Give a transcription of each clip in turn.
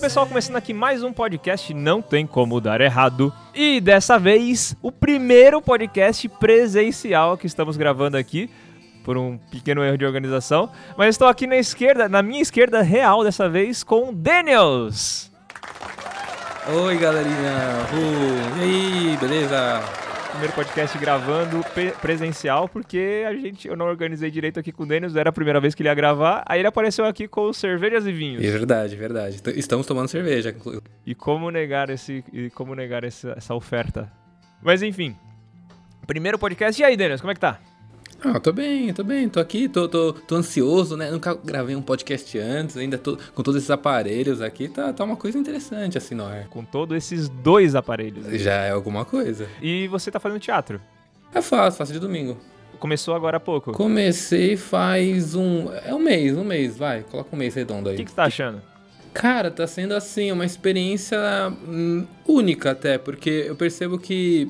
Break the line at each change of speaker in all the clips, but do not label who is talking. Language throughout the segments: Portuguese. pessoal, começando aqui mais um podcast Não Tem Como Dar Errado. E dessa vez, o primeiro podcast presencial que estamos gravando aqui, por um pequeno erro de organização. Mas estou aqui na esquerda, na minha esquerda real dessa vez, com o Daniels.
Oi, galerinha. Uh, e aí, beleza?
Primeiro podcast gravando pe- presencial, porque a gente, eu não organizei direito aqui com o Daniels, era a primeira vez que ele ia gravar. Aí ele apareceu aqui com cervejas e vinhos.
É verdade, é verdade. T- Estamos tomando cerveja. inclu-
E como negar esse e como negar essa, essa oferta? Mas enfim. Primeiro podcast. E aí, Denis, como é que tá?
Ah, tô bem, tô bem, tô aqui, tô, tô, tô ansioso, né? Nunca gravei um podcast antes, ainda tô com todos esses aparelhos aqui, tá, tá uma coisa interessante assim, não é?
Com todos esses dois aparelhos.
Já é alguma coisa.
E você tá fazendo teatro?
É fácil, fácil de domingo.
Começou agora há pouco. O
Comecei faz um. É um mês, um mês, vai, coloca um mês redondo aí.
que, que você tá achando?
Cara, tá sendo assim, uma experiência hum, única até, porque eu percebo que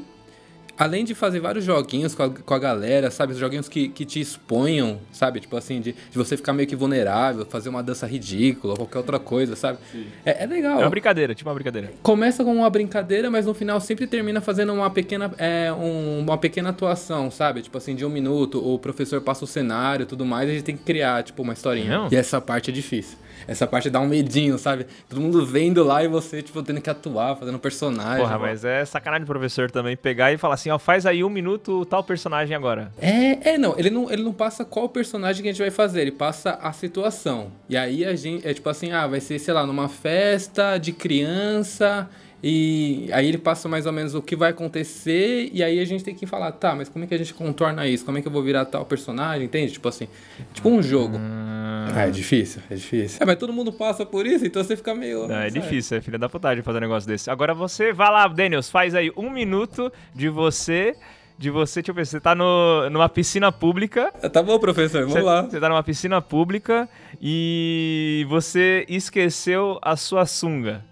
além de fazer vários joguinhos com a, com a galera, sabe? Os joguinhos que, que te exponham, sabe? Tipo assim, de, de você ficar meio que vulnerável, fazer uma dança ridícula, qualquer outra coisa, sabe? É, é legal.
É uma brincadeira, tipo uma brincadeira.
Começa com uma brincadeira, mas no final sempre termina fazendo uma pequena, é, um- uma pequena atuação, sabe? Tipo assim, de um minuto, o professor passa o cenário e tudo mais, e a gente tem que criar, tipo, uma historinha.
Não?
E essa parte é difícil. Essa parte dá um medinho, sabe? Todo mundo vendo lá e você, tipo, tendo que atuar, fazendo um personagem.
Porra, mas é sacanagem do professor também pegar e falar assim, ó, faz aí um minuto tal personagem agora.
É, é, não, ele não, ele não passa qual personagem que a gente vai fazer, ele passa a situação. E aí a gente, é tipo assim, ah, vai ser, sei lá, numa festa de criança, e aí ele passa mais ou menos o que vai acontecer, e aí a gente tem que falar, tá, mas como é que a gente contorna isso? Como é que eu vou virar tal personagem, entende? Tipo assim, tipo um jogo.
Hum.
Ah, é difícil, é difícil. É, mas todo mundo passa por isso, então você fica meio...
Não, é
sabe?
difícil, é filha da putagem fazer um negócio desse. Agora você, vai lá, Daniels, faz aí um minuto de você, de você, deixa eu ver, você tá no, numa piscina pública,
Tá bom, professor, vamos
Você-
lá.
Você tá numa piscina pública e você esqueceu a sua sunga.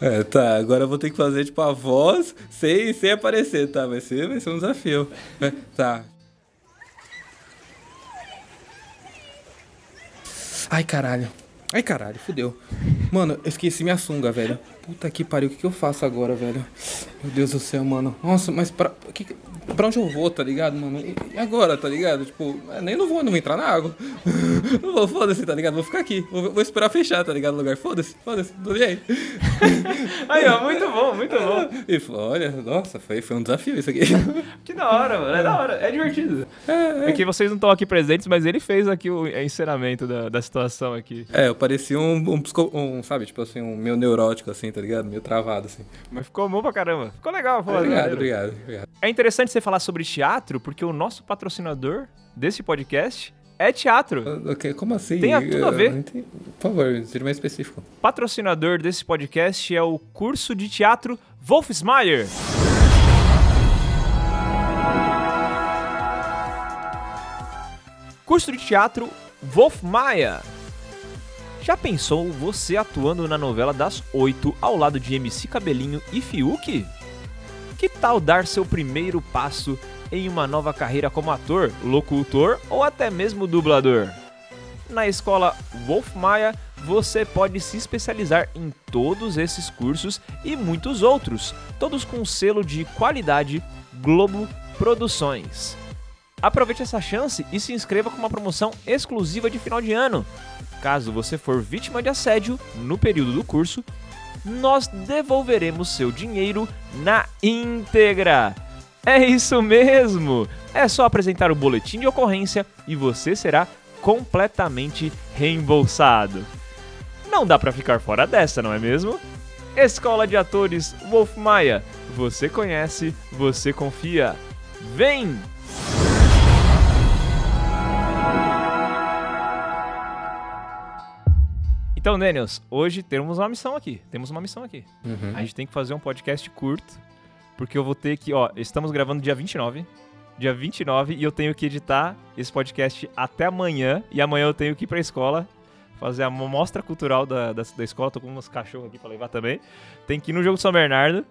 É, tá, agora eu vou ter que fazer tipo a voz sem, sem aparecer, tá? Vai ser, vai ser um desafio. É, tá. Ai, caralho. Ai, caralho, fudeu. Mano, eu esqueci minha sunga, velho. Puta que pariu, o que, que eu faço agora, velho? Meu Deus do céu, mano. Nossa, mas pra, que, que- pra onde eu vou, tá ligado, mano? E e agora, tá ligado? Tipo, é, nem não vou, não vou entrar na água. Não vou, foda-se, tá ligado? Vou ficar aqui. Vou, vou esperar fechar, tá ligado? O lugar, foda-se, foda-se, tô nem aí.
Aí, ó, muito bom, muito bom.
E falou, olha, nossa, foi, foi um desafio isso aqui.
Que da hora, mano. É da hora, é divertido. É que vocês não estão aqui presentes, mas ele fez aqui o encerramento da, da situação aqui.
É, eu parecia um, um, psico- um, sabe, tipo assim, um meio neurótico, assim, tá ligado? Meio travado, assim.
Mas ficou bom pra caramba. Ficou legal, pô.
Obrigado,
maneiro.
obrigado, obrigado.
É interessante você falar sobre teatro, porque o nosso patrocinador desse podcast é teatro.
Ah, Ok, como assim?
Tem a- tudo a
Eu
ver.
não entendi. Por favor, seja mais específico.
Patrocinador desse podcast é o curso de teatro Wolfsmaier. Curso de teatro Wolf Maia. Já pensou você atuando na novela das oito ao lado de MC Cabelinho e Fiuk? Que tal dar seu primeiro passo em uma nova carreira como ator, locutor ou até mesmo dublador? Na escola Wolf Maia, você pode se especializar em todos esses cursos e muitos outros, todos com selo de qualidade Globo Produções. Aproveite essa chance e se inscreva com uma promoção exclusiva de final de ano. Caso você for vítima de assédio no período do curso, nós devolveremos seu dinheiro na íntegra. É isso mesmo! É só apresentar o boletim de ocorrência e você será completamente reembolsado. Não dá pra ficar fora dessa, não é mesmo? Escola de Atores Wolf Maia. Você conhece, você confia. Vem! Então, Daniels, hoje temos uma missão aqui. Temos uma missão aqui. A gente tem que fazer um podcast curto, porque eu vou ter que, ó, estamos gravando dia 29. Dia 29 e eu tenho que editar esse podcast até amanhã. E amanhã eu tenho que ir pra escola fazer a mo- mostra cultural da, da, da escola. Tô com uns cachorros aqui pra levar também. Tem que ir no jogo de São Bernardo.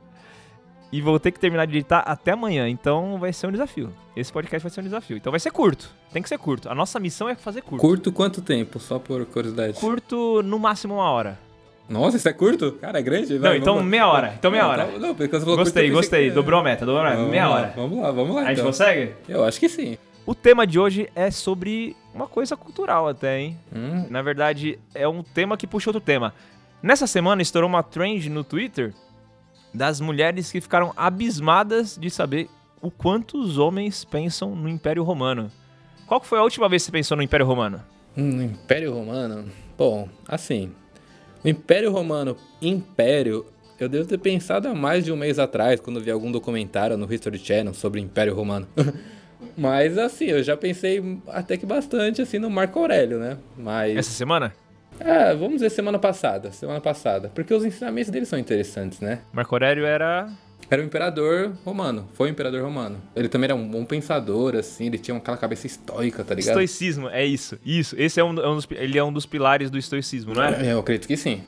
E vou ter que terminar de editar até amanhã. Então vai ser um desafio. Esse podcast vai ser um desafio. Então vai ser curto. Tem que ser curto. A nossa missão é fazer curto.
Curto quanto tempo? Só por curiosidade.
Curto no máximo uma hora.
Nossa, isso é curto? Cara, é grande?
Não, então
vamos lá.
meia hora. Então meia
Não,
hora.
tá- não, porque você falou curto, eu
Gostei,
pensei
gostei.
que-
Dobrou a meta, dobrou a meta.
Vamos
Meia
lá,
hora.
Vamos lá, vamos lá.
A gente
então.
consegue?
Eu acho que sim.
O tema de hoje é sobre uma coisa cultural até, hein?
Hum,
Na verdade, é um tema que puxa outro tema. Nessa semana estourou uma trend no Twitter das mulheres que ficaram abismadas de saber o quanto os homens pensam no Império Romano. Qual que foi a última vez que você pensou no Império Romano?
hum, no Império Romano. Bom, assim. No Império Romano, Império, eu devo ter pensado há mais de um mês atrás, quando eu vi algum documentário no History Channel sobre o Império Romano. Mas assim, eu já pensei até que bastante assim no Marco Aurélio, né? Mas.
Essa semana?
Ah, vamos dizer semana passada, semana passada. Porque os ensinamentos dele são interessantes, né?
Marco Aurélio era.
Era um imperador romano, foi um imperador romano. Ele também era um bom pensador, assim, ele tinha aquela cabeça estoica, tá ligado?
Estoicismo, é isso. Isso. Esse é um, é um dos, ele é um dos pilares do estoicismo, não é?
Eu acredito que sim.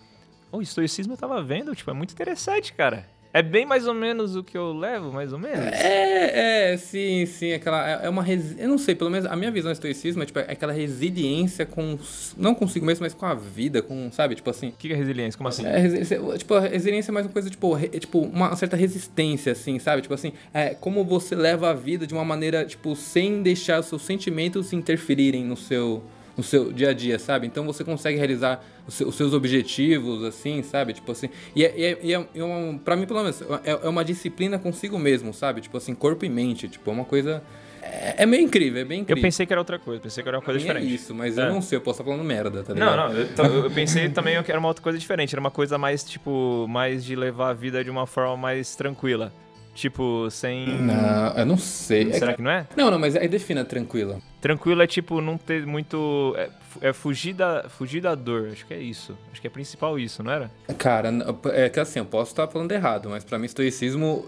O estoicismo eu tava vendo, tipo, é muito interessante, cara. É bem mais ou menos o que eu levo, mais ou menos.
É, é, sim, sim, aquela, é é uma, resi... eu não sei, pelo menos a minha visão do estoicismo é, tipo, é aquela resiliência com, não consigo mesmo, mas com a vida, com, sabe, tipo assim,
O que que é resiliência? Como assim?
É, resiliência- tipo, a resiliência é mais uma coisa, tipo, re- tipo, uma certa resistência, assim, sabe? Tipo assim, é, como você leva a vida de uma maneira, tipo, sem deixar os seus sentimentos se interferirem no seu, no seu dia a dia, sabe? Então você consegue realizar os, seu- os seus objetivos, assim, sabe? Tipo assim, e é, e é, e é- é uma- pra mim, pelo menos, é, é uma disciplina consigo mesmo, sabe? Tipo assim, corpo e mente, tipo, é uma coisa... É, é meio incrível, é bem
Eu
incrível.
pensei que era outra coisa, pensei que era uma coisa
é
diferente.
isso, mas
É.
eu não sei, eu posso estar falando merda, tá ligado?
Não, não, eu, tam- eu pensei também que era uma outra coisa diferente, era uma coisa mais, tipo, mais de levar a vida de uma forma mais tranquila. Tipo, sem.
Não, eu não sei. É-
Será que não é?
Não, não, mas aí defina tranquila.
Tranquilo é tipo não ter muito. É, fu- é fugir, da, fugir da dor, acho que é isso. Acho que é principal isso, não era?
Cara, n- é que assim, eu posso estar falando errado, mas pra mim estoicismo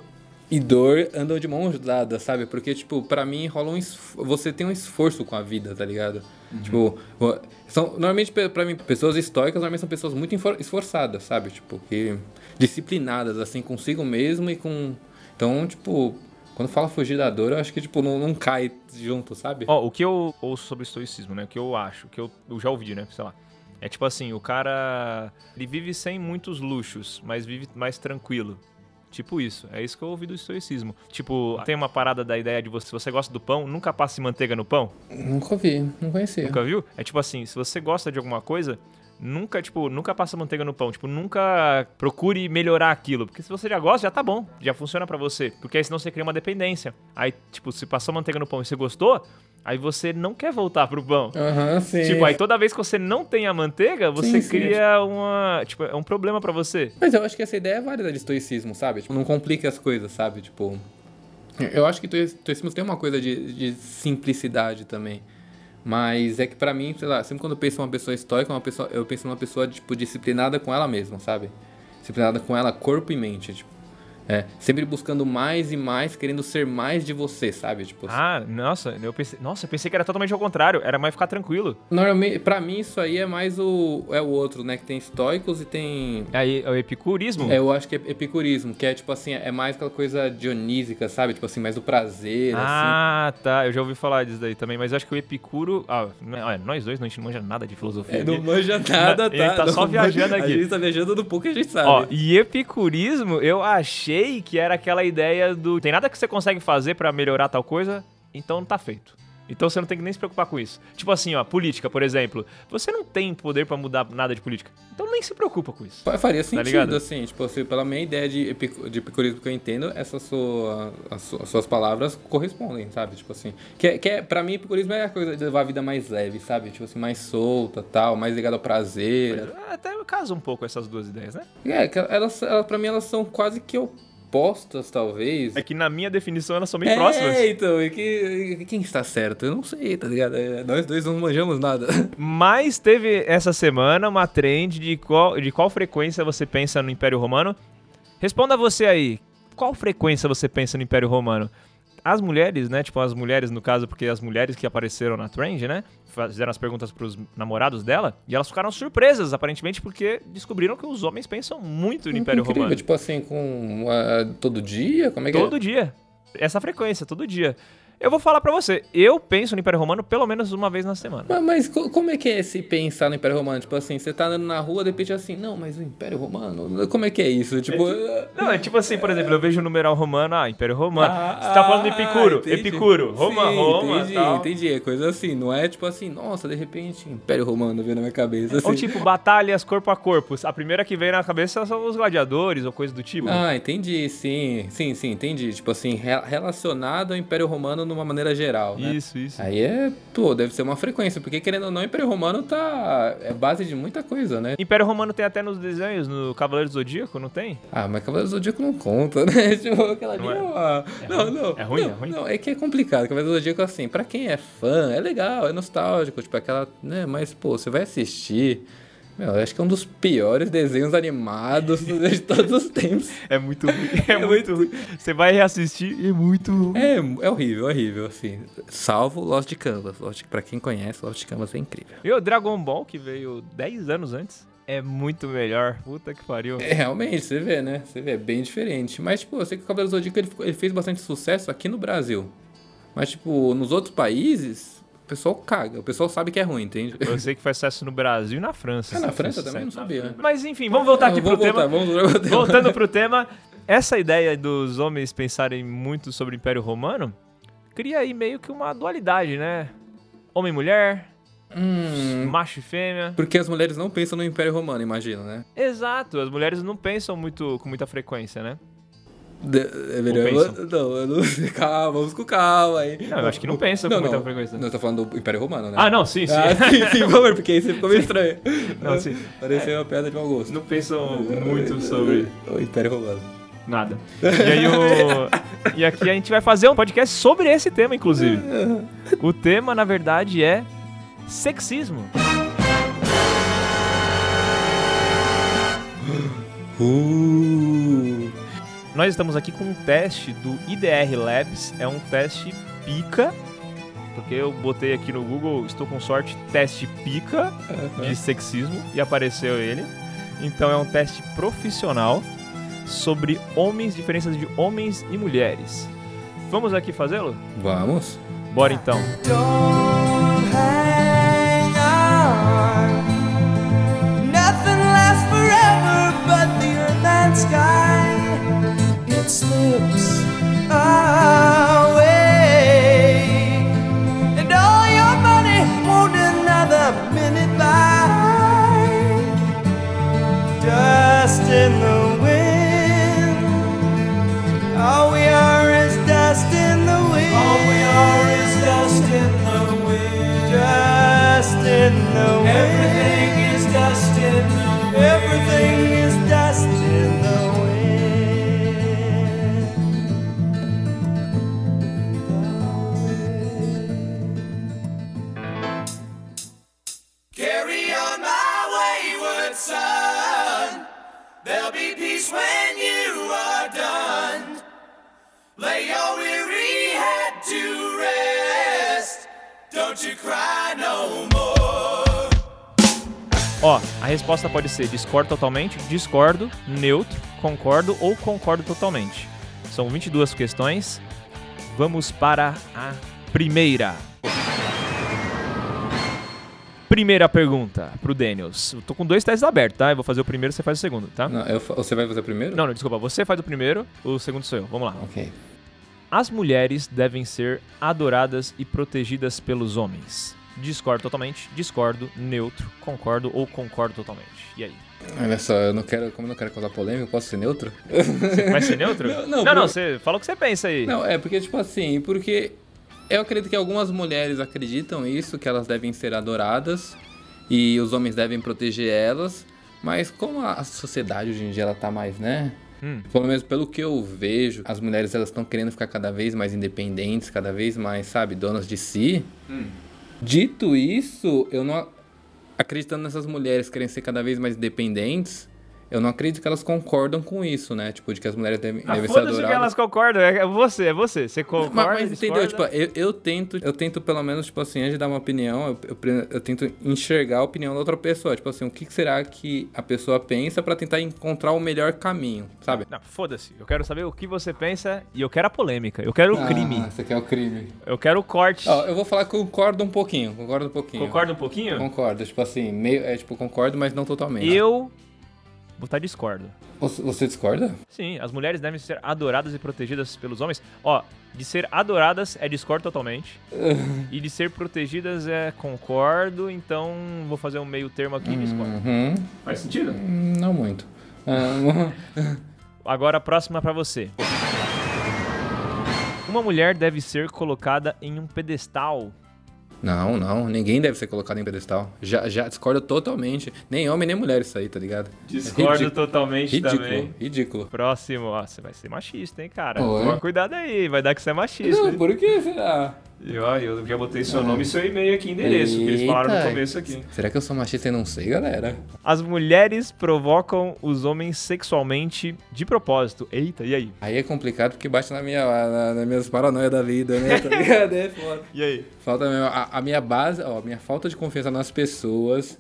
e dor andam de mãos dadas, sabe? Porque, tipo, pra mim rola um es- Você tem um esforço com a vida, tá ligado? Tipo, vo- são, normalmente pe- pra mim, pessoas estoicas normalmente são pessoas muito infor- esforçadas, sabe? Tipo, que disciplinadas, assim, consigo mesmo e com... Então, tipo, quando fala fugir da dor, eu acho que, tipo, não, não cai junto, sabe?
Ó, o que eu ouço sobre estoicismo, né? O que eu acho, o que eu, eu já ouvi, né? Sei lá. É tipo assim, o cara. Ele vive sem muitos luxos, mas vive mais tranquilo. Tipo isso. É isso que eu ouvi do estoicismo. Tipo, tem uma parada da ideia de você. Se você gosta do pão, nunca passe manteiga no pão.
Nunca ouvi, não conhecia.
Nunca viu? É tipo assim, se você gosta de alguma coisa. Nunca, tipo, nunca passa manteiga no pão. Tipo, nunca procure melhorar aquilo. Porque se você já gosta, já tá bom. Já funciona pra você. Porque aí senão você cria uma dependência. Aí, tipo, se passou manteiga no pão e você gostou, aí você não quer voltar pro pão.
Aham, sim.
Tipo, aí toda vez que você não tem a manteiga, você
É. Sim, sim.
cria uma. Tipo, é um problema pra você.
Mas eu acho que essa ideia é válida de estoicismo, sabe? Tipo, não complica as coisas, sabe? Tipo. Eu acho que toi- estoicismo tem uma coisa de, de simplicidade também. Mas é que pra mim, sei lá, sempre quando eu penso em uma pessoa estoica, uma pessoa, eu penso numa pessoa, tipo, disciplinada com ela mesma, sabe? Disciplinada com ela, corpo e mente, tipo. É, sempre buscando mais e mais, querendo ser mais de você, sabe? Tipo,
Ah, nossa, eu pensei. Nossa, eu pensei que era totalmente ao contrário. Era mais ficar tranquilo.
normalmente, pra mim isso aí é mais o é o outro, né, que tem estoicos e tem
Aí é o epicurismo.
É, eu acho que é epicurismo, que é tipo assim, é mais aquela coisa dionísica, sabe? Tipo assim, mais do prazer, assim.
Ah, tá. Eu já ouvi falar disso daí também, mas eu acho que o Epicuro. Ah, né, olha, nós dois não, a gente não manja nada de filosofia.
É,
aqui.
não manja nada, tá?
Ele tá
Não
só viajando
manja-
aqui.
A gente tá viajando do pouco que a gente sabe.
Ó, e epicurismo, eu achei que era aquela ideia do. Tem nada que você consegue fazer pra melhorar tal coisa, então tá feito. Então você não tem que nem se preocupar com isso. Tipo assim, ó, política, por exemplo. Você não tem poder pra mudar nada de política. Então nem se preocupa com isso.
Fa- Faria sentido,
tá ligado?
assim, tipo assim, pela minha ideia de, epicu- de epicurismo que eu entendo, essas sua, as su- as suas palavras correspondem, sabe? Tipo assim, que, é- que é, pra mim, epicurismo é a coisa de levar a vida mais leve, sabe? Tipo assim, mais solta, tal, mais ligado ao prazer,
Até casa um pouco essas duas ideias, né?
É, que elas, elas, pra mim elas são quase que opostas, talvez.
É que na minha definição elas são bem
é,
próximas.
então, e que, e quem está certo? Eu não sei, tá ligado? É, nós dois não manjamos nada.
Mas teve essa semana uma trend de qual, de qual frequência você pensa no Império Romano. Responda você aí. Qual frequência você pensa no Império Romano? As mulheres, né? Tipo, as mulheres, no caso, porque as mulheres que apareceram na trend, né? Fizeram as perguntas pros namorados dela e elas ficaram surpresas, aparentemente, porque descobriram que os homens pensam muito no Império
Hum, Incrível,
Romano.
Tipo assim, com ah, todo dia? Como é que
Todo dia. Essa frequência, todo dia. Eu vou falar pra você, eu penso no Império Romano pelo menos uma vez na semana.
Mas, mas co- como é que é esse pensar no Império Romano? Tipo assim, você tá andando na rua, de repente assim, não, mas o Império Romano, como é que é isso? Tipo,
Não, é tipo assim, por exemplo, eu vejo o numeral romano, ah, Império Romano. Você tá falando de
Ah,
Epicuro,
entendi.
Epicuro, Roma,
Sim,
Roma,
Entendi,
tal.
entendi. É coisa assim, não é tipo assim, nossa, de repente, Império Romano veio na minha cabeça. Assim.
Ou tipo, batalhas corpo a corpo. A primeira que vem na cabeça são os gladiadores ou coisa do tipo.
Ah, entendi, sim, sim, sim, entendi. Tipo assim, re- relacionado ao Império Romano de uma maneira geral, né?
Isso, isso.
Aí é, pô, deve ser uma frequência, porque querendo ou não, o Império Romano tá. é base de muita coisa, né?
Império Romano tem até nos desenhos, no Cavaleiro do Zodíaco, não tem?
Ah, mas Cavaleiro do Zodíaco não conta, né? Tipo, aquela ali
Não
é
é.
uma... não,
ruim,
não.
é ruim,
não,
é ruim.
Não, é que é complicado. Cavaleiro do Zodíaco, assim, pra quem é fã, é legal, é nostálgico, tipo, aquela, né? Mas, pô, você vai assistir... Meu, eu acho que é um dos piores desenhos animados de todos os tempos.
É muito ruim. É, muito ruim. Você vai reassistir e é muito ruim.
É, é horrível, horrível, assim. Salvo Lost Canvas. Lost, pra quem conhece, Lost Canvas é incrível.
E o Dragon Ball, que veio 10 anos antes, é muito melhor. Puta que pariu.
É, realmente, você vê, né? Você vê, é bem diferente. Mas, tipo, eu sei que o Cavaleiro do Zodíaco ele, ficou- ele fez bastante sucesso aqui no Brasil. Mas, tipo, nos outros países, o pessoal caga. O pessoal sabe que é ruim, entende?
Eu sei que faz sucesso no Brasil e na França.
Ah, na
Faz
França
sucesso.
também? Não sabia. né?
Mas enfim, vamos voltar Tá aqui
Eu vou
pro tema.
voltar, vamos voltar. pro tema.
Voltando pro tema, essa ideia dos homens pensarem muito sobre o Império Romano cria aí meio que uma dualidade, né? Homem e mulher,
Hum,
macho e fêmea.
porque as mulheres não pensam no Império Romano, imagina, né?
Exato, as mulheres não pensam muito com muita frequência, né?
De- é melhor.
pensam?
eu- Não, eu não sei. Calma, vamos com calma aí.
Não, eu acho que não pensa com muita frequência.
Não, eu tô falando do Império Romano, né?
Ah, não, sim, sim.
Ah, sim, sim, por favor, porque aí você ficou meio estranho.
Não, sim.
Pareceu uma piada de mau gosto.
Não pensam muito sobre
O Império Romano.
nada. E aí o... E aqui a gente vai fazer um podcast sobre esse tema, inclusive. O tema, na verdade, é sexismo.
Uh.
Nós estamos aqui com um teste do IDR Labs, é um teste pica, porque eu botei aqui no Google, estou com sorte, teste pica de sexismo e apareceu ele. Então é um teste profissional sobre homens, diferenças de homens e mulheres. Vamos aqui fazê-lo?
Vamos.
Bora então.
Don't hang on. Nothing lasts forever but the earth and sky. It slips away. And all your money won't another minute by. Dust in the wind. All we are is dust in the wind. All we are is dust in the wind. Dust in the wind. Everything is dust in the wind. Everything is dust in the wind. Carry on my wayward son. There'll be peace when you are done. Lay your weary head to rest. Don't you cry no more.
Ó, a resposta pode ser discordo totalmente, discordo, neutro, concordo ou concordo totalmente. São 22 questões. Vamos para a primeira. Primeira pergunta pro Daniels. Eu tô com dois testes abertos, tá? Eu vou fazer o primeiro, você faz o segundo, tá?
Não, eu fa- você vai fazer primeiro?
Não, não, desculpa. Você faz o primeiro, o segundo sou eu. Vamos lá.
Ok.
As mulheres devem ser adoradas e protegidas pelos homens. Discordo totalmente, discordo, neutro, concordo ou concordo totalmente. E aí?
Olha só, eu não quero. Como eu não quero causar polêmica, eu posso ser neutro?
Vai ser neutro?
Não, não,
não,
Bruno.
você fala o que você pensa aí.
Não, é porque, tipo assim, porque eu acredito que algumas mulheres acreditam isso, que elas devem ser adoradas e os homens devem proteger elas, mas como a sociedade hoje em dia ela tá mais, né?
Hum.
Pelo menos pelo que eu vejo, as mulheres elas estão querendo ficar cada vez mais independentes, cada vez mais, sabe, donas de si.
Hum.
Dito isso, eu não a- acreditando nessas mulheres querem ser cada vez mais independentes, Eu não acredito que elas concordam com isso, né? Tipo, de que as mulheres devem,
Ah,
devem ser
Foda-se que
adoradas.
elas concordam, é você, é você. Você
Mas-
concorda,
Mas, entendeu? Tipo,
discorda?
eu, eu tento, eu tento pelo menos, tipo assim, antes de dar uma opinião, eu, eu, pre- eu tento enxergar a opinião da outra pessoa. Tipo assim, o que que será que a pessoa pensa pra tentar encontrar o melhor caminho, sabe?
Não, foda-se. Eu quero saber o que você pensa e eu quero a polêmica. Eu quero o crime.
Ah, você quer o crime.
Eu quero o corte.
Ó, eu vou falar que eu concordo um pouquinho, concordo um pouquinho.
Concorda um pouquinho?
Concordo, tipo assim, meio, é tipo, concordo, mas não totalmente.
Eu vou estar discordo.
Você, você discorda?
Sim, as mulheres devem ser adoradas e protegidas pelos homens. Ó, de ser adoradas é discordo totalmente. e de ser protegidas é concordo, então vou fazer um meio termo aqui e discordo.
Uhum.
Faz sentido?
Hum, Não muito. Ah,
Agora a próxima é pra você. Uma mulher deve ser colocada em um pedestal.
não, não, ninguém deve ser colocado em pedestal. Já, já discordo totalmente. Nem homem, nem mulher isso aí, tá ligado? É ridículo.
totalmente
Ridículo, ridículo.
Próximo, ó, você vai ser machista, hein, cara?
Oi.
Toma cuidado aí, vai dar que você é machista.
Não, por que será?
E ó, eu já botei seu nome e seu e-mail aqui, endereço, que eles
Eita.
falaram no começo aqui.
Será que eu sou machista e não sei, galera?
As mulheres provocam os homens sexualmente de propósito. Eita, e aí?
Aí é complicado porque bate na minha, na, nas minhas paranoias da vida, né? Tá ligado? É foda.
E aí?
Falta mesmo. A, a minha base, ó, a minha falta de confiança nas pessoas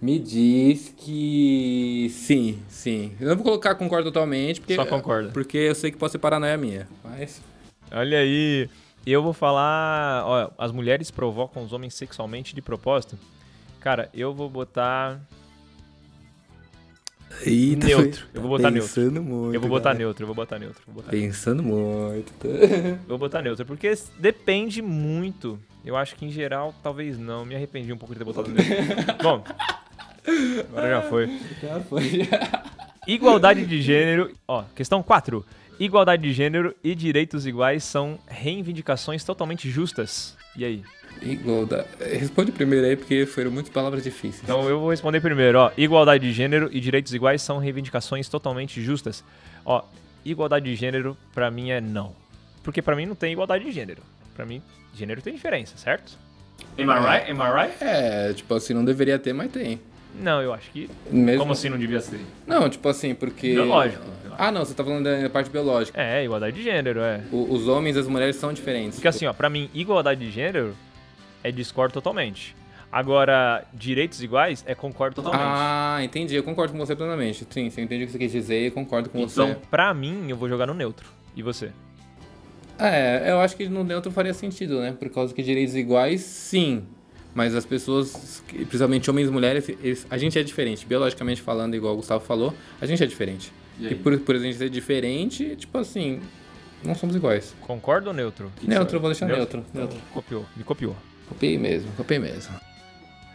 me diz que sim, sim. Eu não vou colocar concordo totalmente, porque.
Só concorda.
Porque eu sei que pode ser paranoia minha. Mas.
Olha aí. Eu vou falar. Ó, as mulheres provocam os homens sexualmente de propósito. Cara, eu vou botar.
Eita,
Neutro. Eu vou botar
pensando neutro. muito.
eu vou botar
cara.
neutro, eu vou botar neutro. Vou botar,
Pensando muito.
eu vou botar neutro, porque s- depende muito. Eu acho que em geral, talvez não. Me arrependi um pouco de ter botado neutro. Bom, agora já foi.
Já foi.
Igualdade de gênero. Ó, questão 4. Igualdade de gênero e direitos iguais são reivindicações totalmente justas. E aí?
Igualdade. Responde primeiro aí, porque foram muitas palavras difíceis.
Então eu vou responder primeiro, ó. Igualdade de gênero e direitos iguais são reivindicações totalmente justas. Ó, igualdade de gênero pra mim é não. Porque pra mim não tem igualdade de gênero. Pra mim, gênero tem diferença, certo? Am I right? Am I right?
É, tipo assim, não deveria ter, mas tem.
Não, eu acho que.
Mesmo...
Como assim não devia ser?
Não, tipo assim, porque.
Biológico.
Ah, não, você tá falando da parte biológica.
É, igualdade de gênero, é.
O- os homens e as mulheres são diferentes.
Porque assim, ó, pra mim, igualdade de gênero é discordo totalmente. Agora, direitos iguais é concordo totalmente.
Ah, entendi. Eu concordo com você plenamente. Sim, sim, eu entendi o que você quis dizer e concordo com
então,
você.
pra mim, eu vou jogar no neutro. E você?
É, eu acho que no neutro faria sentido, né? Por causa que direitos iguais, sim. Mas as pessoas, principalmente homens e mulheres, eles- a gente é diferente. Biologicamente falando, igual o Gustavo falou, a gente é diferente. E, por, por a gente ser diferente, tipo assim, não somos iguais.
Concordo ou neutro?
neutro, eu vou deixar neutro. Neutro.
Copiou, me copiou.
Copiei mesmo, copiei mesmo.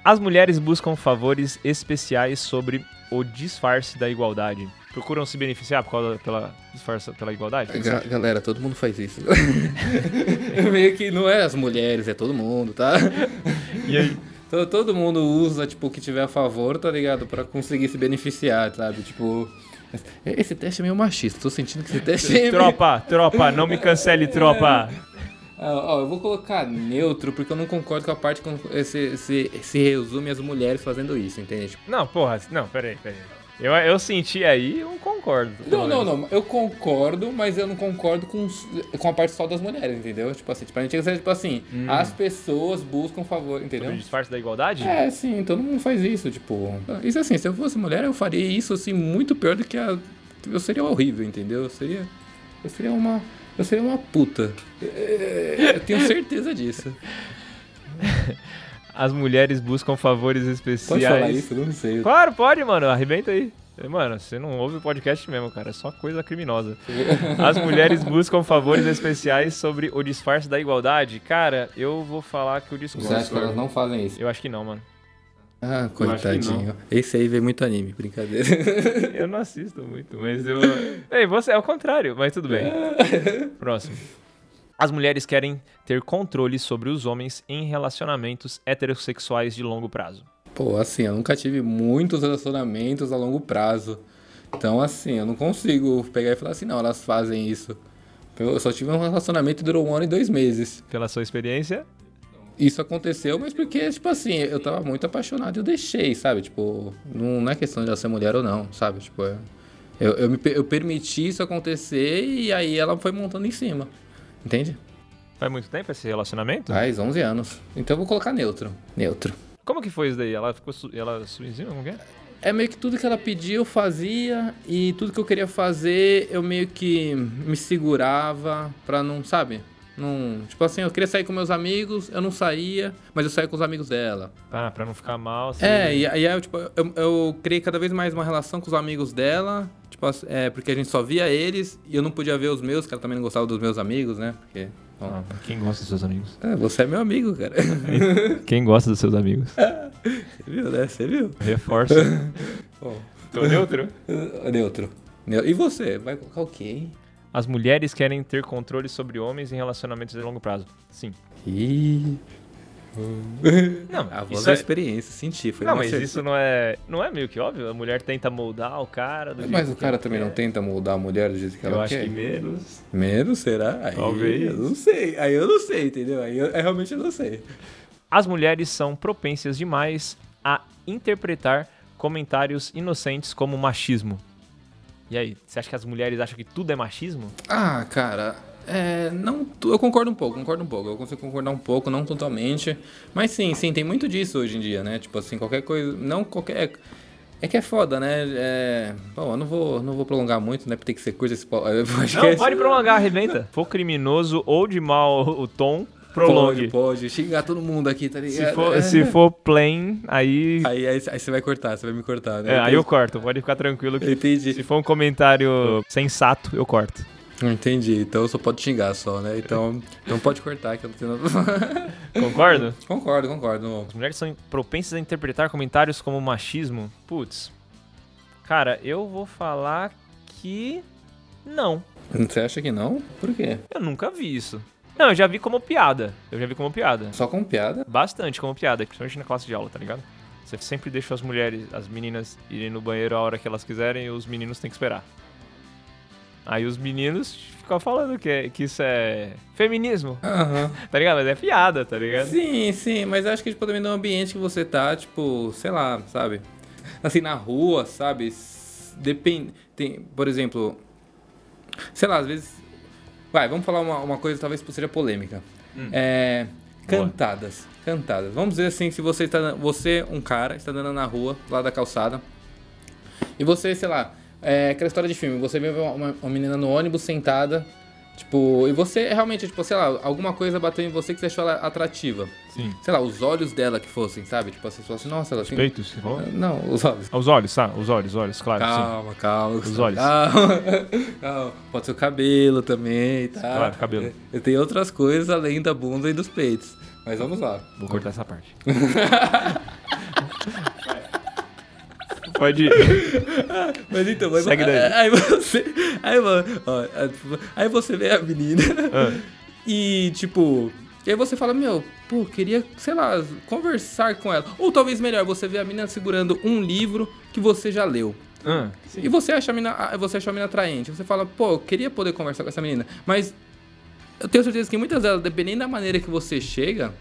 As mulheres buscam favores especiais sobre o disfarce da igualdade. Procuram se beneficiar por causa pela disfarça pela igualdade?
Ga- galera, todo mundo faz isso. Meio que não é as mulheres, é todo mundo, tá?
E aí?
To- Então, Todo mundo usa, tipo, o que tiver a favor, tá ligado? Pra conseguir se beneficiar, sabe? Tipo. Esse teste é meio machista, tô sentindo que esse teste é meio...
Tropa, tropa, não me cancele, tropa.
Ah, ó, eu vou colocar neutro, porque eu não concordo com a parte que eh, se, se, se resume as mulheres fazendo isso, entende? Tipo,
Não, porra, não, peraí, peraí. Eu, eu senti aí, eu concordo.
Não, não, não. Eu concordo, mas eu não concordo com, s- com a parte só das mulheres, entendeu? Tipo assim, tipo, a gente tem que ser, tipo assim, as pessoas buscam favor, entendeu?
O disfarce da igualdade?
É, sim, todo mundo faz isso, tipo. Isso assim, se eu fosse mulher, eu faria isso assim muito pior do que a. Eu seria horrível, entendeu? Eu seria. Eu seria uma. Eu seria uma puta. É, Eu tenho certeza disso.
As mulheres buscam favores especiais.
Pode falar isso? Eu Não sei.
Claro, pode, mano. Arrebenta aí. É, Mano, você não ouve o podcast mesmo, cara. É só coisa criminosa. As mulheres buscam favores especiais sobre o disfarce da igualdade. Cara, eu vou falar que o discurso.
não fazem isso?
Eu acho que não, mano.
Ah,
acho que não.
coitadinho. Esse aí vê muito anime, brincadeira.
Eu não assisto muito, mas eu. Ei, você é o contrário, mas tudo bem. Próximo. As mulheres querem ter controle sobre os homens em relacionamentos heterossexuais de longo prazo.
Pô, assim, eu nunca tive muitos relacionamentos a longo prazo. Então, assim, eu não consigo pegar e falar assim, não, elas fazem isso. Eu só tive um relacionamento que durou um ano e dois meses.
Pela sua experiência?
isso aconteceu, mas porque, tipo assim, eu tava muito apaixonado e eu deixei, sabe? Tipo, não, não é questão de ela ser mulher ou não, sabe? Tipo, é- eu, eu, me, pe- eu permiti isso acontecer e aí ela foi montando em cima. Entende?
Faz muito tempo esse relacionamento?
Faz 11 anos. Então eu vou colocar neutro. Neutro.
Como que foi isso daí? Ela ficou su- ela subiu em cima? Como que é?
É meio que tudo que ela pediu eu fazia e tudo que eu queria fazer eu meio que me segurava pra não, sabe? Não, tipo assim, eu queria sair com meus amigos, eu não saía, mas eu saía com os amigos dela.
Ah, pra não ficar mal. né? você-
É, e aí eu, tipo, eu, eu criei cada vez mais uma relação com os amigos dela, tipo, assim, é, porque a gente só via eles e eu não podia ver os meus, que ela também não gostava dos meus amigos, né? Porque, bom,
Ah, Quem gosta dos seus amigos?
é, você é meu amigo, cara.
Quem gosta dos seus amigos?
Você viu, né? Você viu?
Reforça.
Bom,
Tô neutro?
uh, neutro. Neu- E você? Vai colocar o quê, hein?
As mulheres querem ter controle sobre homens em relacionamentos de longo prazo. Sim.
Ih.
Não,
A voz
isso
da
é-
experiência, senti. Foi
Não,
uma
mas
certeza.
isso não é, não é meio que óbvio? A mulher tenta moldar o cara do jeito
Mas é o
que
cara
ela
também
quer.
não tenta mudar a mulher do jeito que
Eu
ela
acho
quer.
que menos.
Menos, será? Aí,
Talvez.
Eu não sei. Aí eu não sei, entendeu? Aí eu, aí realmente eu não sei.
As mulheres são propensas demais a interpretar comentários inocentes como machismo. E aí, você acha que as mulheres acham que tudo é machismo?
Ah, cara, é, não, tu- eu concordo um pouco, concordo um pouco. Eu consigo concordar um pouco, não totalmente, mas sim, sim, tem muito disso hoje em dia, né? Tipo assim, qualquer coisa, não qualquer é que é foda, né? É, bom, eu não vou, não vou prolongar muito, né? Porque tem que ser curto esse po- eh,
Não,
podcast.
pode prolongar, arrebenta. For criminoso ou de mal o tom, prolongue.
Pode, pode, xingar todo mundo aqui, tá ligado?
Se, for,
É.
se for plain, aí.
Aí, aí, aí você vai cortar, você vai me cortar, né?
é, aí eu corto, pode ficar tranquilo que.
Entendi.
Se for um comentário sensato, eu corto.
Entendi. Então só pode xingar só, né? Então, então pode cortar que eu não tenho nada.
Concordo?
Concordo, concordo.
As mulheres são propensas a interpretar comentários como machismo? Putz. Cara, eu vou falar que. Não.
Você acha que não? Por quê?
Eu nunca vi isso. Não, eu já vi como piada. Eu já vi como piada.
Só com piada?
Bastante como piada, principalmente na classe de aula, tá ligado? Você sempre deixa as mulheres, as meninas irem no banheiro a hora que elas quiserem e os meninos têm que esperar. Aí os meninos ficam falando que, é- que isso é feminismo,
Aham.
tá ligado? Mas é piada, tá ligado?
Sim, sim, mas acho que tipo, também no ambiente que você tá, tipo, sei lá, sabe? Assim, na rua, sabe? S- Depende. Tem, por exemplo, sei lá, às vezes. Vai, vamos falar uma, uma coisa, talvez seja polêmica. É,
Boa.
cantadas. Cantadas. Vamos dizer assim, se você está. Você, um cara, está andando na rua, lá da calçada. E você, sei lá, é aquela história de filme, você vê uma, uma- uma menina no ônibus sentada, tipo, e você realmente, tipo, sei lá, alguma coisa bateu em você que você achou ela atrativa.
Sim.
Sei lá, os olhos dela que fossem, sabe? Tipo assim, você falou assim, nossa, ela tem.
Peitos, você falou?
Não, os olhos.
Os olhos, tá? Os olhos, olhos, claro, sim.
Calma, calma. Gustavo,
olhos.
Calma, calma. Pode ser o cabelo também, tá?
Claro, cabelo.
Eu tenho outras coisas além da bunda e dos peitos. Mas vamos lá.
Vou cortar essa parte. Pode ir.
Mas então, mas
Segue daí.
Aí você. Aí, mano, ó, aí você vê a menina.
Ah.
E tipo. E aí você fala, meu, pô, queria, sei lá, conversar com ela. Ou talvez melhor, você vê a menina segurando um livro que você já leu.
Ah,
E você acha a mina, ah, você acha a mina atraente. Você fala, pô, eu queria poder conversar com essa menina. Mas eu tenho certeza que muitas delas, dependendo da maneira que você chega,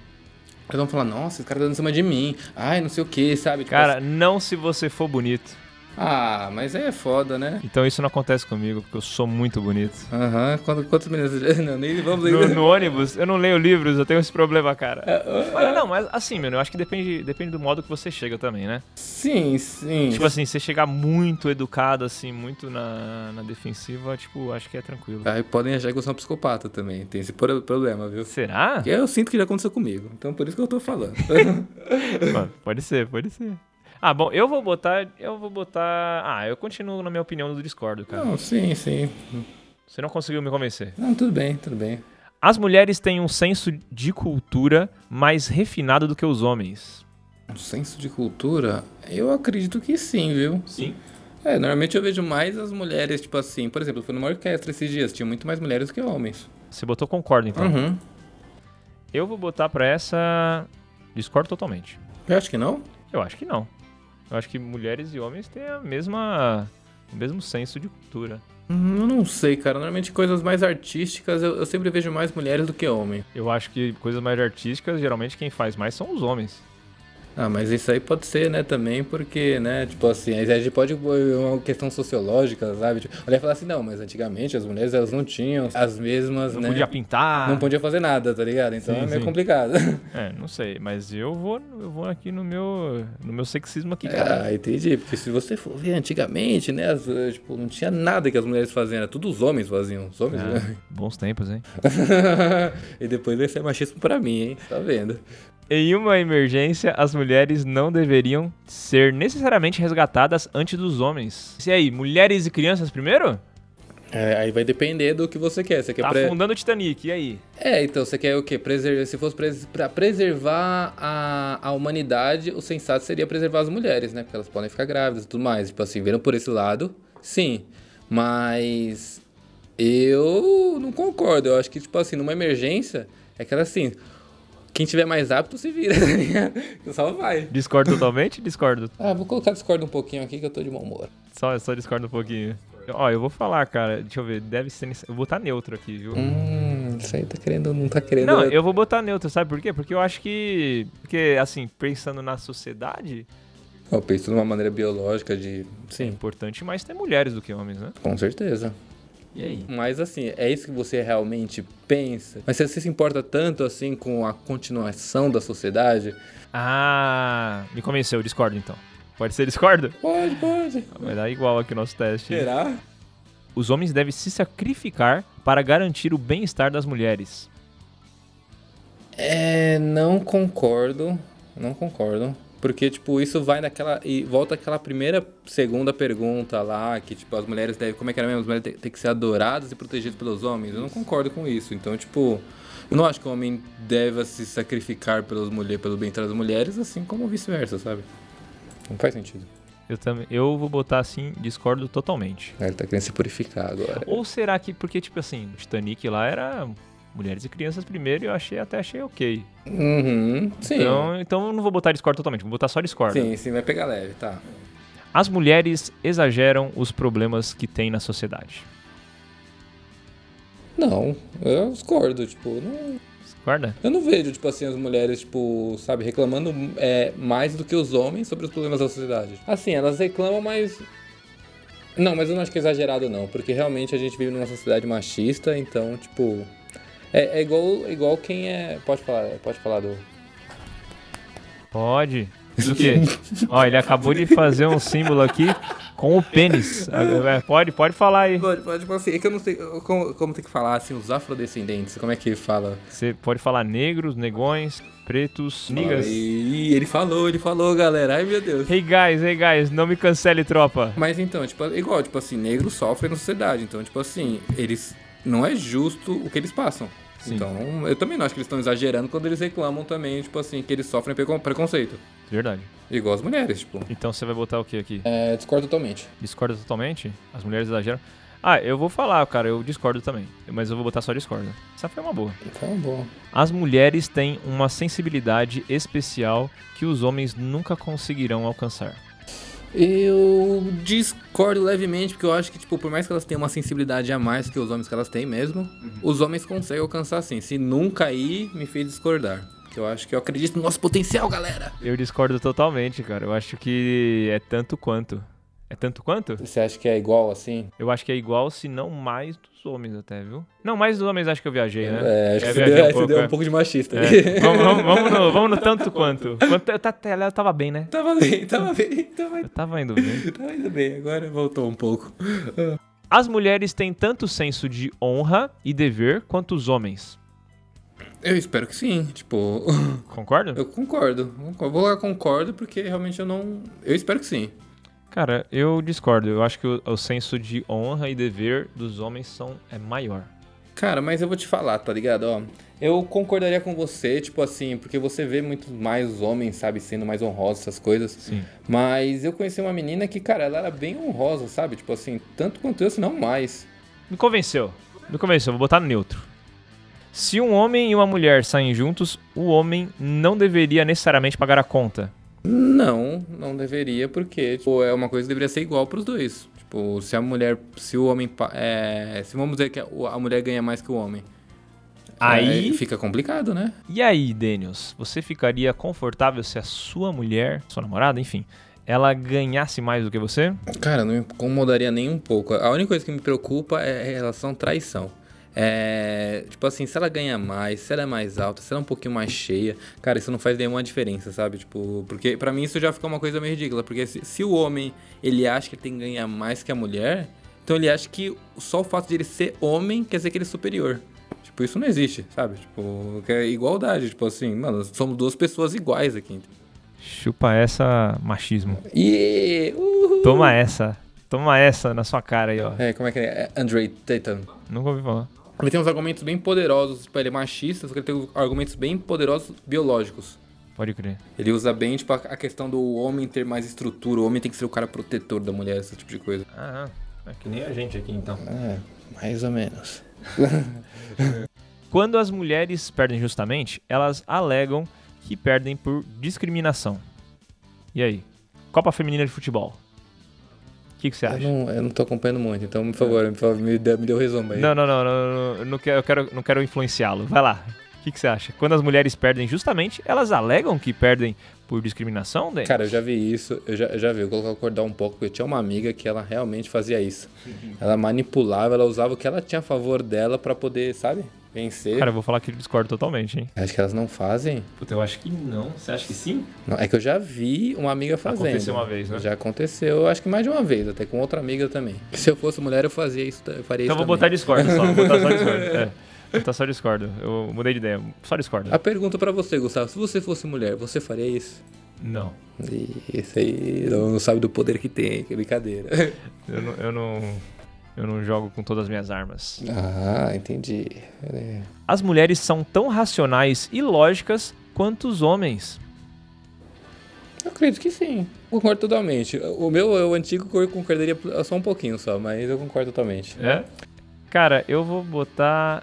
elas vão falar, nossa, esse cara tá dando em cima de mim. Ai, não sei o que, sabe? Tipo
Cara, não se você for bonito.
assim, ah, mas aí é foda, né?
Então isso não acontece comigo, porque eu sou muito bonito.
Aham, quando- quantas meninas. Não, nem vamos
No,
ler.
no ônibus, eu não leio livros, eu tenho esse problema, cara.
É,
Olha, não, mas assim, mano, eu acho que depende, depende do modo que você chega também, né?
Sim, sim.
Tipo assim, você chegar muito educado, assim, muito na, na defensiva, tipo, acho que é tranquilo.
Aí podem achar que eu sou um psicopata também. Tem esse pro- problema, viu?
Será?
Que Eu sinto que já aconteceu comigo. Então por isso que eu tô falando.
Mano, pode ser, pode ser. Ah, bom, eu vou botar. Eu vou botar. Ah, eu continuo na minha opinião do Discord, cara.
não, sim, sim.
Você não conseguiu me convencer.
Não, tudo bem, tudo bem.
As mulheres têm um senso de cultura mais refinado do que os homens.
Um senso de cultura? Eu acredito que sim, viu?
Sim.
É, normalmente eu vejo mais as mulheres, tipo assim, por exemplo, eu fui numa orquestra esses dias, tinha muito mais mulheres que homens.
Você botou concordo, então.
Uhum.
Eu vou botar pra essa. Discordo totalmente.
Eu acho que não?
Eu acho que não. Eu acho que mulheres e homens têm a mesma Mesmo senso de cultura.
Hum, Eu não sei, cara. Normalmente coisas mais artísticas eu, eu sempre vejo mais mulheres do que homens.
Eu acho que coisas mais artísticas, geralmente quem faz mais são os homens.
Ah, mas isso aí pode ser, né, também, porque, né, tipo assim, aí a gente pode é uma questão sociológica, sabe? Tipo, olhar e falar assim, não, mas antigamente as mulheres elas não tinham as mesmas,
Não
né?
podia pintar.
Não podia fazer nada, tá ligado? Então
Sim,
é meio
sim.
complicado.
É, não sei, mas eu vou, eu vou aqui no meu, no meu sexismo aqui, cara.
Ah, entendi. Porque se você for ver antigamente, né? as, eh, tipo, não tinha nada que as mulheres faziam, era tudo os homens faziam. Os homens.
É, bons tempos, hein?
e depois vai ser machismo pra mim, hein? Tá vendo?
Em uma emergência, as mulheres não deveriam ser necessariamente resgatadas antes dos homens. E aí, mulheres e crianças primeiro?
É, aí vai depender do que você quer. Você quer
Tá
pre-
afundando o Titanic, e aí?
É, então você quer o quê? Preservar, se fosse pres... pra preservar a... a humanidade, o sensato seria preservar as mulheres, né? Porque elas podem ficar grávidas e tudo mais. Tipo assim, viram por esse lado, sim. Mas eu não concordo. Eu acho que, tipo assim, numa emergência, é aquela assim. Quem tiver mais apto se vira, tá ligado? Só vai.
Discordo totalmente? Discordo.
Ah, vou colocar Discord um pouquinho aqui que eu tô de mau humor.
Só, só discordo um pouquinho. Ó, eu vou falar, cara. Deixa eu ver, deve ser. nesse- Eu vou botar neutro aqui, viu?
Hum, isso aí tá querendo, não tá querendo.
Não, eu vou botar neutro, sabe por quê? Porque eu acho que. Porque, assim, pensando na sociedade,
eu penso de uma maneira biológica de.
é
Sim,
importante mais ter mulheres do que homens, né?
com certeza.
E aí?
Mas assim, é isso que você realmente pensa? Mas você se importa tanto assim com a continuação da sociedade?
Ah, me convenceu, discordo então. Pode ser discordo?
Pode, pode.
Vai dar igual aqui o nosso teste.
Será?
Os homens devem se sacrificar para garantir o bem-estar das mulheres.
É, não concordo. Não concordo. Porque, tipo, isso vai naquela. E volta àquela primeira, segunda pergunta lá, que, tipo, as mulheres devem. Como é que era mesmo? As mulheres te- têm que ser adoradas e protegidas pelos homens. Eu não concordo com isso. Então, tipo, eu não acho que o homem deva se sacrificar pelas mulheres, pelo bem-estar das mulheres, assim como vice-versa, sabe? Não faz sentido.
Eu também, eu vou botar assim, discordo totalmente.
Ele tá querendo se purificar agora.
Ou será que porque tipo assim, o Titanic lá era mulheres e crianças primeiro e eu achei até achei OK.
Uhum, sim.
Então, então eu não vou botar discordo totalmente, vou botar só discordo.
Sim, sim, vai pegar leve, tá.
As mulheres exageram os problemas que têm na sociedade.
Não, eu discordo, tipo, não-
Discorda?
eu não vejo, tipo assim, as mulheres, tipo, sabe, reclamando é, mais do que os homens sobre os problemas da sociedade. Assim, elas reclamam, mas... Não, mas eu não acho que é exagerado, não, porque realmente a gente vive numa sociedade machista, então, tipo... É, é igual, igual quem é... Pode falar, pode falar do...
Pode. Do quê? Ó, ele acabou de fazer um símbolo aqui com o pênis. Agora, Pode, pode falar aí.
Pode, pode, tipo assim, é que eu não sei como, como tem que falar, assim, os afrodescendentes, como é que fala?
Você pode falar negros, negões, pretos, niggas.
Ih, ele falou, ele falou, galera, ai meu Deus.
Hey guys, hey guys, não me cancele, tropa.
Mas então, tipo, é igual, tipo assim, negros sofrem na sociedade, então, tipo assim, eles. Não é justo o que eles passam.
Sim.
Então, eu também não acho que eles estão exagerando quando eles reclamam também, tipo assim, que eles sofrem precon- preconceito.
Verdade.
Igual as mulheres, tipo.
Então você vai botar o que aqui?
É, discordo totalmente.
Discorda totalmente? As mulheres exageram? Ah, eu vou falar, cara, eu discordo também. Mas eu vou botar só discordo. Essa foi uma boa.
Então, bom.
As mulheres têm uma sensibilidade especial que os homens nunca conseguirão alcançar.
Eu discordo levemente, porque eu acho que, tipo, por mais que elas tenham uma sensibilidade a mais que os homens que elas têm mesmo, os homens conseguem alcançar sim. Se nunca ir, me fez discordar. Porque eu acho que eu acredito no nosso potencial, galera.
Eu discordo totalmente, cara. Eu acho que é tanto quanto. É tanto quanto?
Você acha que é igual assim?
Eu acho que é igual, se não mais dos homens até, viu? Não, mais dos homens acho que eu viajei, né?
É, acho que
É,
você
viajei
deu,
um
aí você
pouco,
deu
é.
um pouco de machista.
É. Vamos, vamos- vamos no, vamos no tanto quanto. quanto eu, tava- eu tava bem, né?
Tava bem, tava bem, tava,
Eu tava indo bem.
tava indo bem. Agora voltou um pouco.
As mulheres têm tanto senso de honra e dever quanto os homens.
Eu espero que sim. Tipo,
Concorda?
eu concordo. Eu vou lá concordo porque realmente eu não. Eu espero que sim.
Cara, eu discordo. Eu acho que o, o senso de honra e dever dos homens são, é maior.
Cara, mas eu vou te falar, tá ligado? Ó, eu concordaria com você, tipo assim, porque você vê muito mais homens, sabe, sendo mais honrosos, essas coisas.
Sim.
Mas eu conheci uma menina que, cara, ela era bem honrosa, sabe? Tipo assim, tanto quanto eu, se não mais.
Me convenceu. Me convenceu. Vou botar neutro. Se um homem e uma mulher saem juntos, o homem não deveria necessariamente pagar a conta.
Não, não deveria, porque tipo, é uma coisa que deveria ser igual pros dois. Tipo, Tipo, se a mulher. Se o homem. pa- é, se vamos dizer que a a mulher ganha mais que o homem.
Aí-
É, fica complicado, né?
E aí, Daniels, você ficaria confortável se a sua mulher, sua namorada, enfim, ela ganhasse mais do que você?
Cara, não me incomodaria nem um pouco. A única coisa que me preocupa é em relação à traição. É, tipo assim, se ela ganha mais, se ela é mais alta, se ela é um pouquinho mais cheia, cara, isso não faz nenhuma diferença, sabe? Tipo, porque pra mim isso já fica uma coisa meio ridícula, porque se, se o homem, ele acha que ele tem que ganhar mais que a mulher, então ele acha que só o fato de ele ser homem quer dizer que ele é superior. Tipo, isso não existe, sabe? Tipo, que é igualdade, tipo assim, mano, somos duas pessoas iguais aqui.
Chupa essa, machismo.
E uhul.
Toma essa. Toma essa na sua cara aí, ó.
É, como é que é? É Andrei Tatum.
Nunca ouvi falar.
Ele tem uns argumentos bem poderosos, tipo, ele é machista, só que ele tem argumentos bem poderosos biológicos.
Pode crer.
Ele usa bem, tipo, a- a questão do homem ter mais estrutura, o homem tem que ser o cara protetor da mulher, esse tipo de coisa.
Ah, é que nem a gente aqui então.
É, mais ou menos.
Quando as mulheres perdem justamente, elas alegam que perdem por discriminação. E aí? Copa Feminina de Futebol. O que, que você
Eu
acha?
não, eu não tô acompanhando muito, então, por favor, me, fa- me dê- me dê o resumo aí.
Não, não, não, não, não, eu não quero, eu quero- não quero influenciá-lo. Vai lá. O que, que você acha? Quando as mulheres perdem justamente, elas alegam que perdem por discriminação, Dani?
Cara, eu já vi isso, eu já, eu já vi, eu vou acordar um pouco, porque eu tinha uma amiga que ela realmente fazia isso.
Uhum.
Ela manipulava, ela usava o que ela tinha a favor dela pra poder, sabe, vencer.
Cara, eu vou falar que eu discordo totalmente, hein?
Acho que elas não fazem.
Puta, eu acho que não. Você acha que sim?
Não, é que eu já vi uma amiga fazendo.
Aconteceu uma vez, né?
Já aconteceu, acho que mais de uma vez, até com outra amiga também. Que se eu fosse mulher, eu fazia isso, eu faria
Então eu
isso.
vou botar
também.
discordo só. Vou botar só discordo. É. Vou botar só discordo. Eu mudei de ideia. Só discordo.
A pergunta pra você, Gustavo, se você fosse mulher, você faria isso?
Não.
Ih, Isso aí não não sabe do poder que tem, que é brincadeira.
Eu não, eu não. Eu não jogo com todas as minhas armas.
Ah, entendi. É.
As mulheres são tão racionais e lógicas quanto os homens.
Eu acredito que sim. Concordo totalmente. O meu, o antigo, eu concordaria só um pouquinho só, mas eu concordo totalmente.
É? Cara, eu vou botar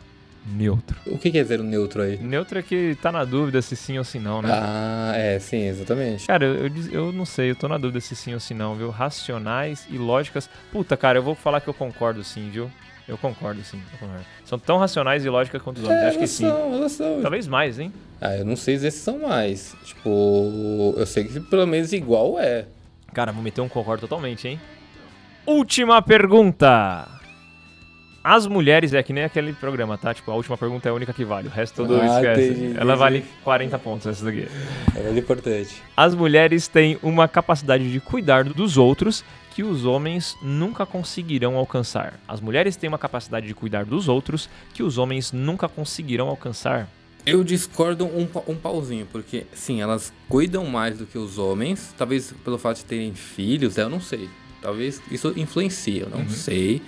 neutro.
O que quer dizer o neutro aí?
Neutro é que tá na dúvida se sim ou se não, né?
Ah, é, sim, exatamente.
Cara, eu, eu, diz- eu não sei, eu tô na dúvida se sim ou se não, viu? Racionais e lógicas. Puta, cara, eu vou falar que eu concordo sim, viu? Eu concordo sim. eu concordo. São tão racionais e lógicas quanto os homens,
É,
acho que
elas
sim.
são, elas são.
Talvez mais, hein?
Ah, eu não sei se esses são mais. Tipo, eu sei que pelo menos igual é.
Cara, vou meter um concordo totalmente, hein? Última pergunta! As mulheres, é que nem aquele programa, tá? Tipo, a última pergunta é a única que vale, o resto todo
Ah,
esquece.
entendi,
Ela
entendi.
vale 40 pontos, essa daqui.
É muito importante.
As mulheres têm uma capacidade de cuidar dos outros que os homens nunca conseguirão alcançar. As mulheres têm uma capacidade de cuidar dos outros que os homens nunca conseguirão alcançar.
Eu discordo um, pa- um pauzinho, porque, sim, elas cuidam mais do que os homens, talvez pelo fato de terem filhos, eu não sei. Talvez isso influencie, eu não sei.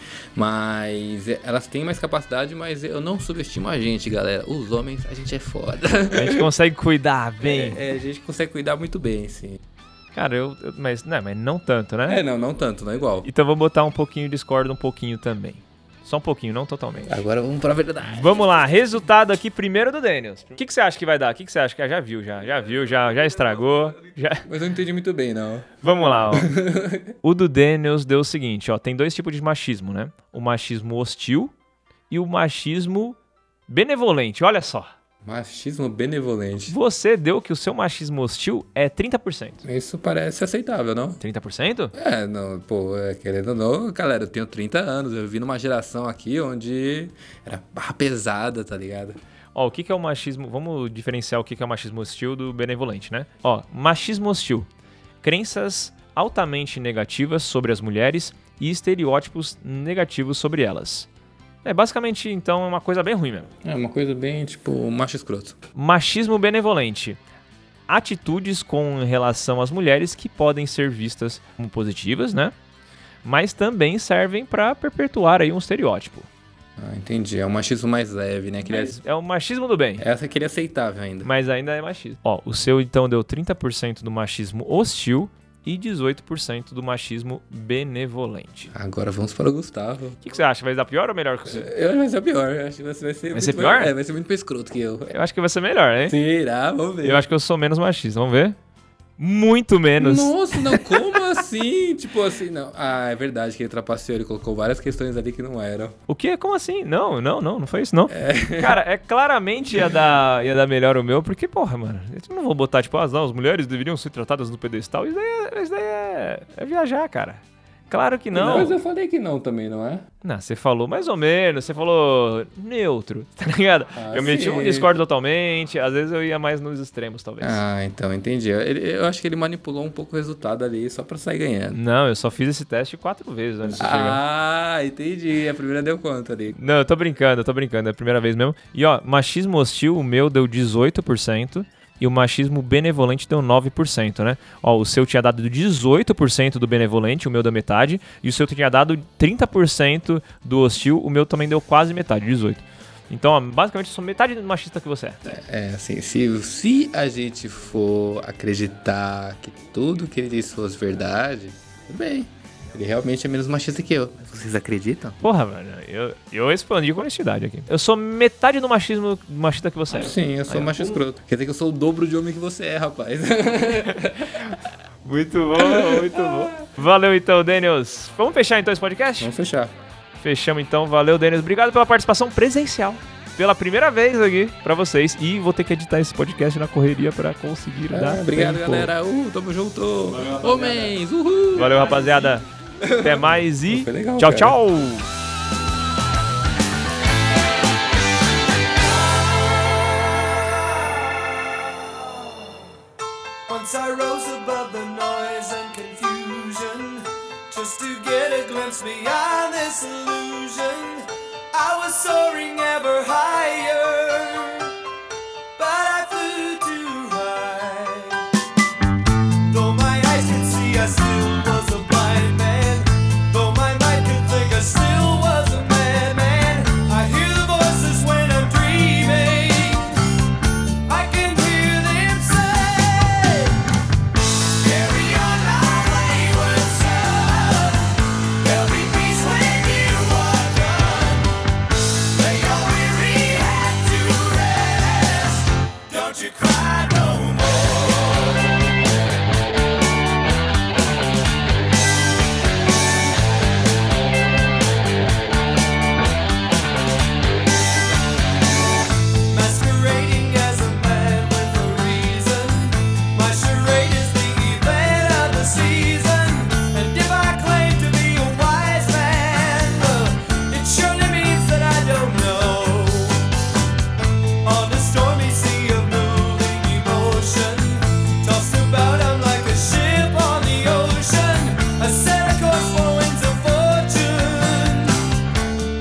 Mas é, elas têm mais capacidade, mas eu não subestimo a gente, galera. Os homens, a gente é foda.
A gente consegue cuidar bem.
É, a gente consegue cuidar muito bem, sim.
Cara, eu. eu- mas, né, mas não tanto, né?
É, não, não tanto, não é igual.
Então eu vou botar um pouquinho discordo um pouquinho também. Só um pouquinho, não totalmente.
Agora vamos pra verdade.
Vamos lá, resultado aqui primeiro do Daniels. O que, que você acha que vai dar? O que, que você acha que ah, já viu já? Já viu, já, já estragou. Já...
Mas eu não entendi muito bem, não.
Vamos lá, ó. O do Daniels deu o seguinte, ó. Tem dois tipos de machismo, né? O machismo hostil e o machismo benevolente. Olha só.
Machismo benevolente.
Você deu que o seu machismo hostil é 30%.
Isso parece aceitável, não?
30%?
É, não, pô, é, querendo ou não, galera, eu tenho 30 anos, eu vim numa geração aqui onde era barra pesada, tá ligado?
Ó, o que que é o machismo? Vamos diferenciar o que que é o machismo hostil do benevolente, né? Ó, machismo hostil. Crenças altamente negativas sobre as mulheres e estereótipos negativos sobre elas. É basicamente, então, é uma coisa bem ruim mesmo.
É uma coisa bem, tipo, macho escroto.
Machismo benevolente. Atitudes com relação às mulheres que podem ser vistas como positivas, né? Mas também servem para perpetuar aí um estereótipo.
Ah, entendi. É um machismo mais leve, né? Aquele-
Mas é o machismo do bem.
Essa aquele aceitável ainda.
Mas ainda é machismo. Ó, o seu então deu 30% do machismo hostil e 18% do machismo benevolente.
Agora vamos para o Gustavo.
O que, que você acha? Vai dar pior ou melhor que o seu?
Eu acho que vai ser pior, eu acho que você vai ser. muito
ser
mais-
pior?
É, vai ser muito mais escroto que eu.
Eu acho que vai ser melhor, hein?
Será? Vamos ver.
Eu acho que eu sou menos machista, vamos ver? Muito menos.
Nossa, não, como assim? tipo assim, não. Ah, é verdade que ele trapaceou, ele colocou várias questões ali que não eram.
O quê? Como assim? Não, não, não, não foi isso, não. Cara, é claramente ia dar, ia dar melhor o meu, porque, porra, mano, eu não vou botar, tipo, as, não, as mulheres deveriam ser tratadas no pedestal. Isso daí, é, isso daí é, é viajar, cara. Claro que não.
Mas eu falei que não também, não é?
Não, você falou mais ou menos, você falou neutro, tá ligado?
Ah,
eu me
sim.
um discordo totalmente, às vezes eu ia mais nos extremos, talvez.
Ah, então, entendi. Ele- eu acho que ele manipulou um pouco o resultado ali só pra sair ganhando.
Não, eu só fiz esse teste quatro vezes antes de chegar.
Ah, entendi. A primeira deu conta ali.
Não, eu tô brincando, eu tô brincando, é a primeira vez mesmo. E ó, machismo hostil, o meu deu 18%. E o machismo benevolente deu 9%, né? Ó, o seu tinha dado 18% do benevolente, o meu deu metade. E o seu tinha dado 30% do hostil, o meu também deu quase metade, 18%. Então, ó, basicamente, eu sou metade do machista que você é.
É, assim, se, se a gente for acreditar que tudo que ele disse fosse verdade, tudo bem. Ele realmente é menos machista que eu. Vocês acreditam?
Porra, mano, eu, eu respondi com honestidade aqui. Eu sou metade do machismo do machista que você é.
Sim, eu sou macho escroto. Quer dizer que eu sou o dobro de homem que você é, rapaz.
Muito bom, muito bom. Valeu então, Daniels. Vamos fechar então esse podcast?
Vamos fechar.
Fechamos então. Valeu, Denis. Obrigado pela participação presencial. Pela primeira vez aqui pra vocês. E vou ter que editar esse podcast na correria pra conseguir
Ah,
dar.
obrigado,
tempo.
galera. Uh, tamo junto. Homens, uhul.
Valeu, rapaziada. Até mais e
Foi legal,
tchau,
cara.
tchau.
Once I rose above the noise and confusion, just to get a glimpse beyond this illusion. I was soaring ever higher, but I flew too high. Though my eyes could see, I still was a blind man. Though my mind could think, I still was a madman. I hear the voices when I'm dreaming. I can hear them say, "Carry on, our wayward son. There'll be peace when you are done. Lay your weary head to rest. Don't you cry no more." Masquerading as a man with a reason. My charade is the event of the season. And if I claim to be a wise man, uh, it surely means that I don't know. On the stormy sea of moving emotion, tossed about I'm like a ship on the ocean. I set a course for winds of fortune,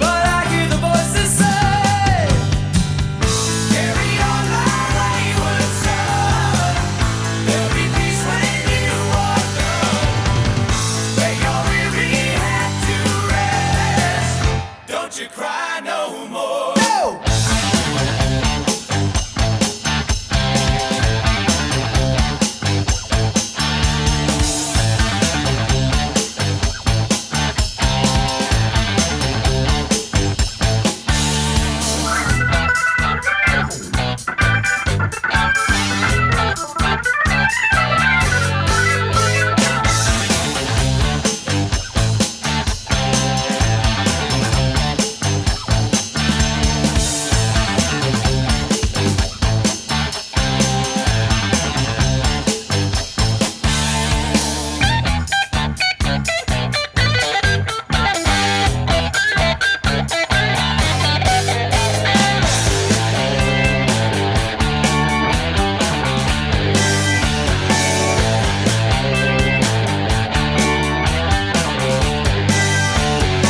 but I hear the voices say. Carry on, my wayward son. There'll be peace when you are done. Lay your weary head to rest. Don't you cry no more. No.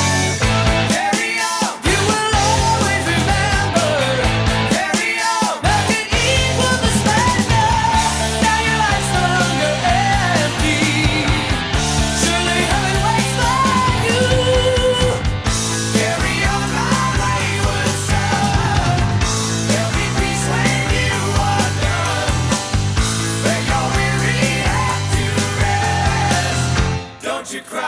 Carry on. You will always remember. Carry on. Nothing equals the splendor. Now your life's no longer empty. Surely heaven waits for you. Carry on, my wayward son. There'll be peace when you are done. Lay your weary head to rest. Don't you cry.